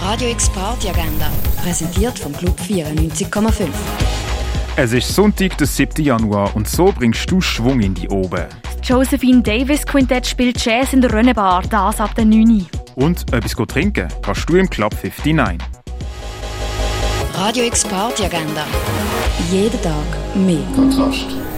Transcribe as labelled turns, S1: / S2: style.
S1: Radio X Party Agenda, präsentiert vom Club 94,5.
S2: Es ist Sonntag, der 7. Januar und so bringst du Schwung in die Oben.
S3: Das Josephine Davis Quintett spielt Jazz in der Rönnebar, das ab der 9. Uhr.
S2: Und etwas go trinken kannst du im Club 59.
S1: Radio X Party Agenda. Jeden Tag mehr.
S4: Kontrast.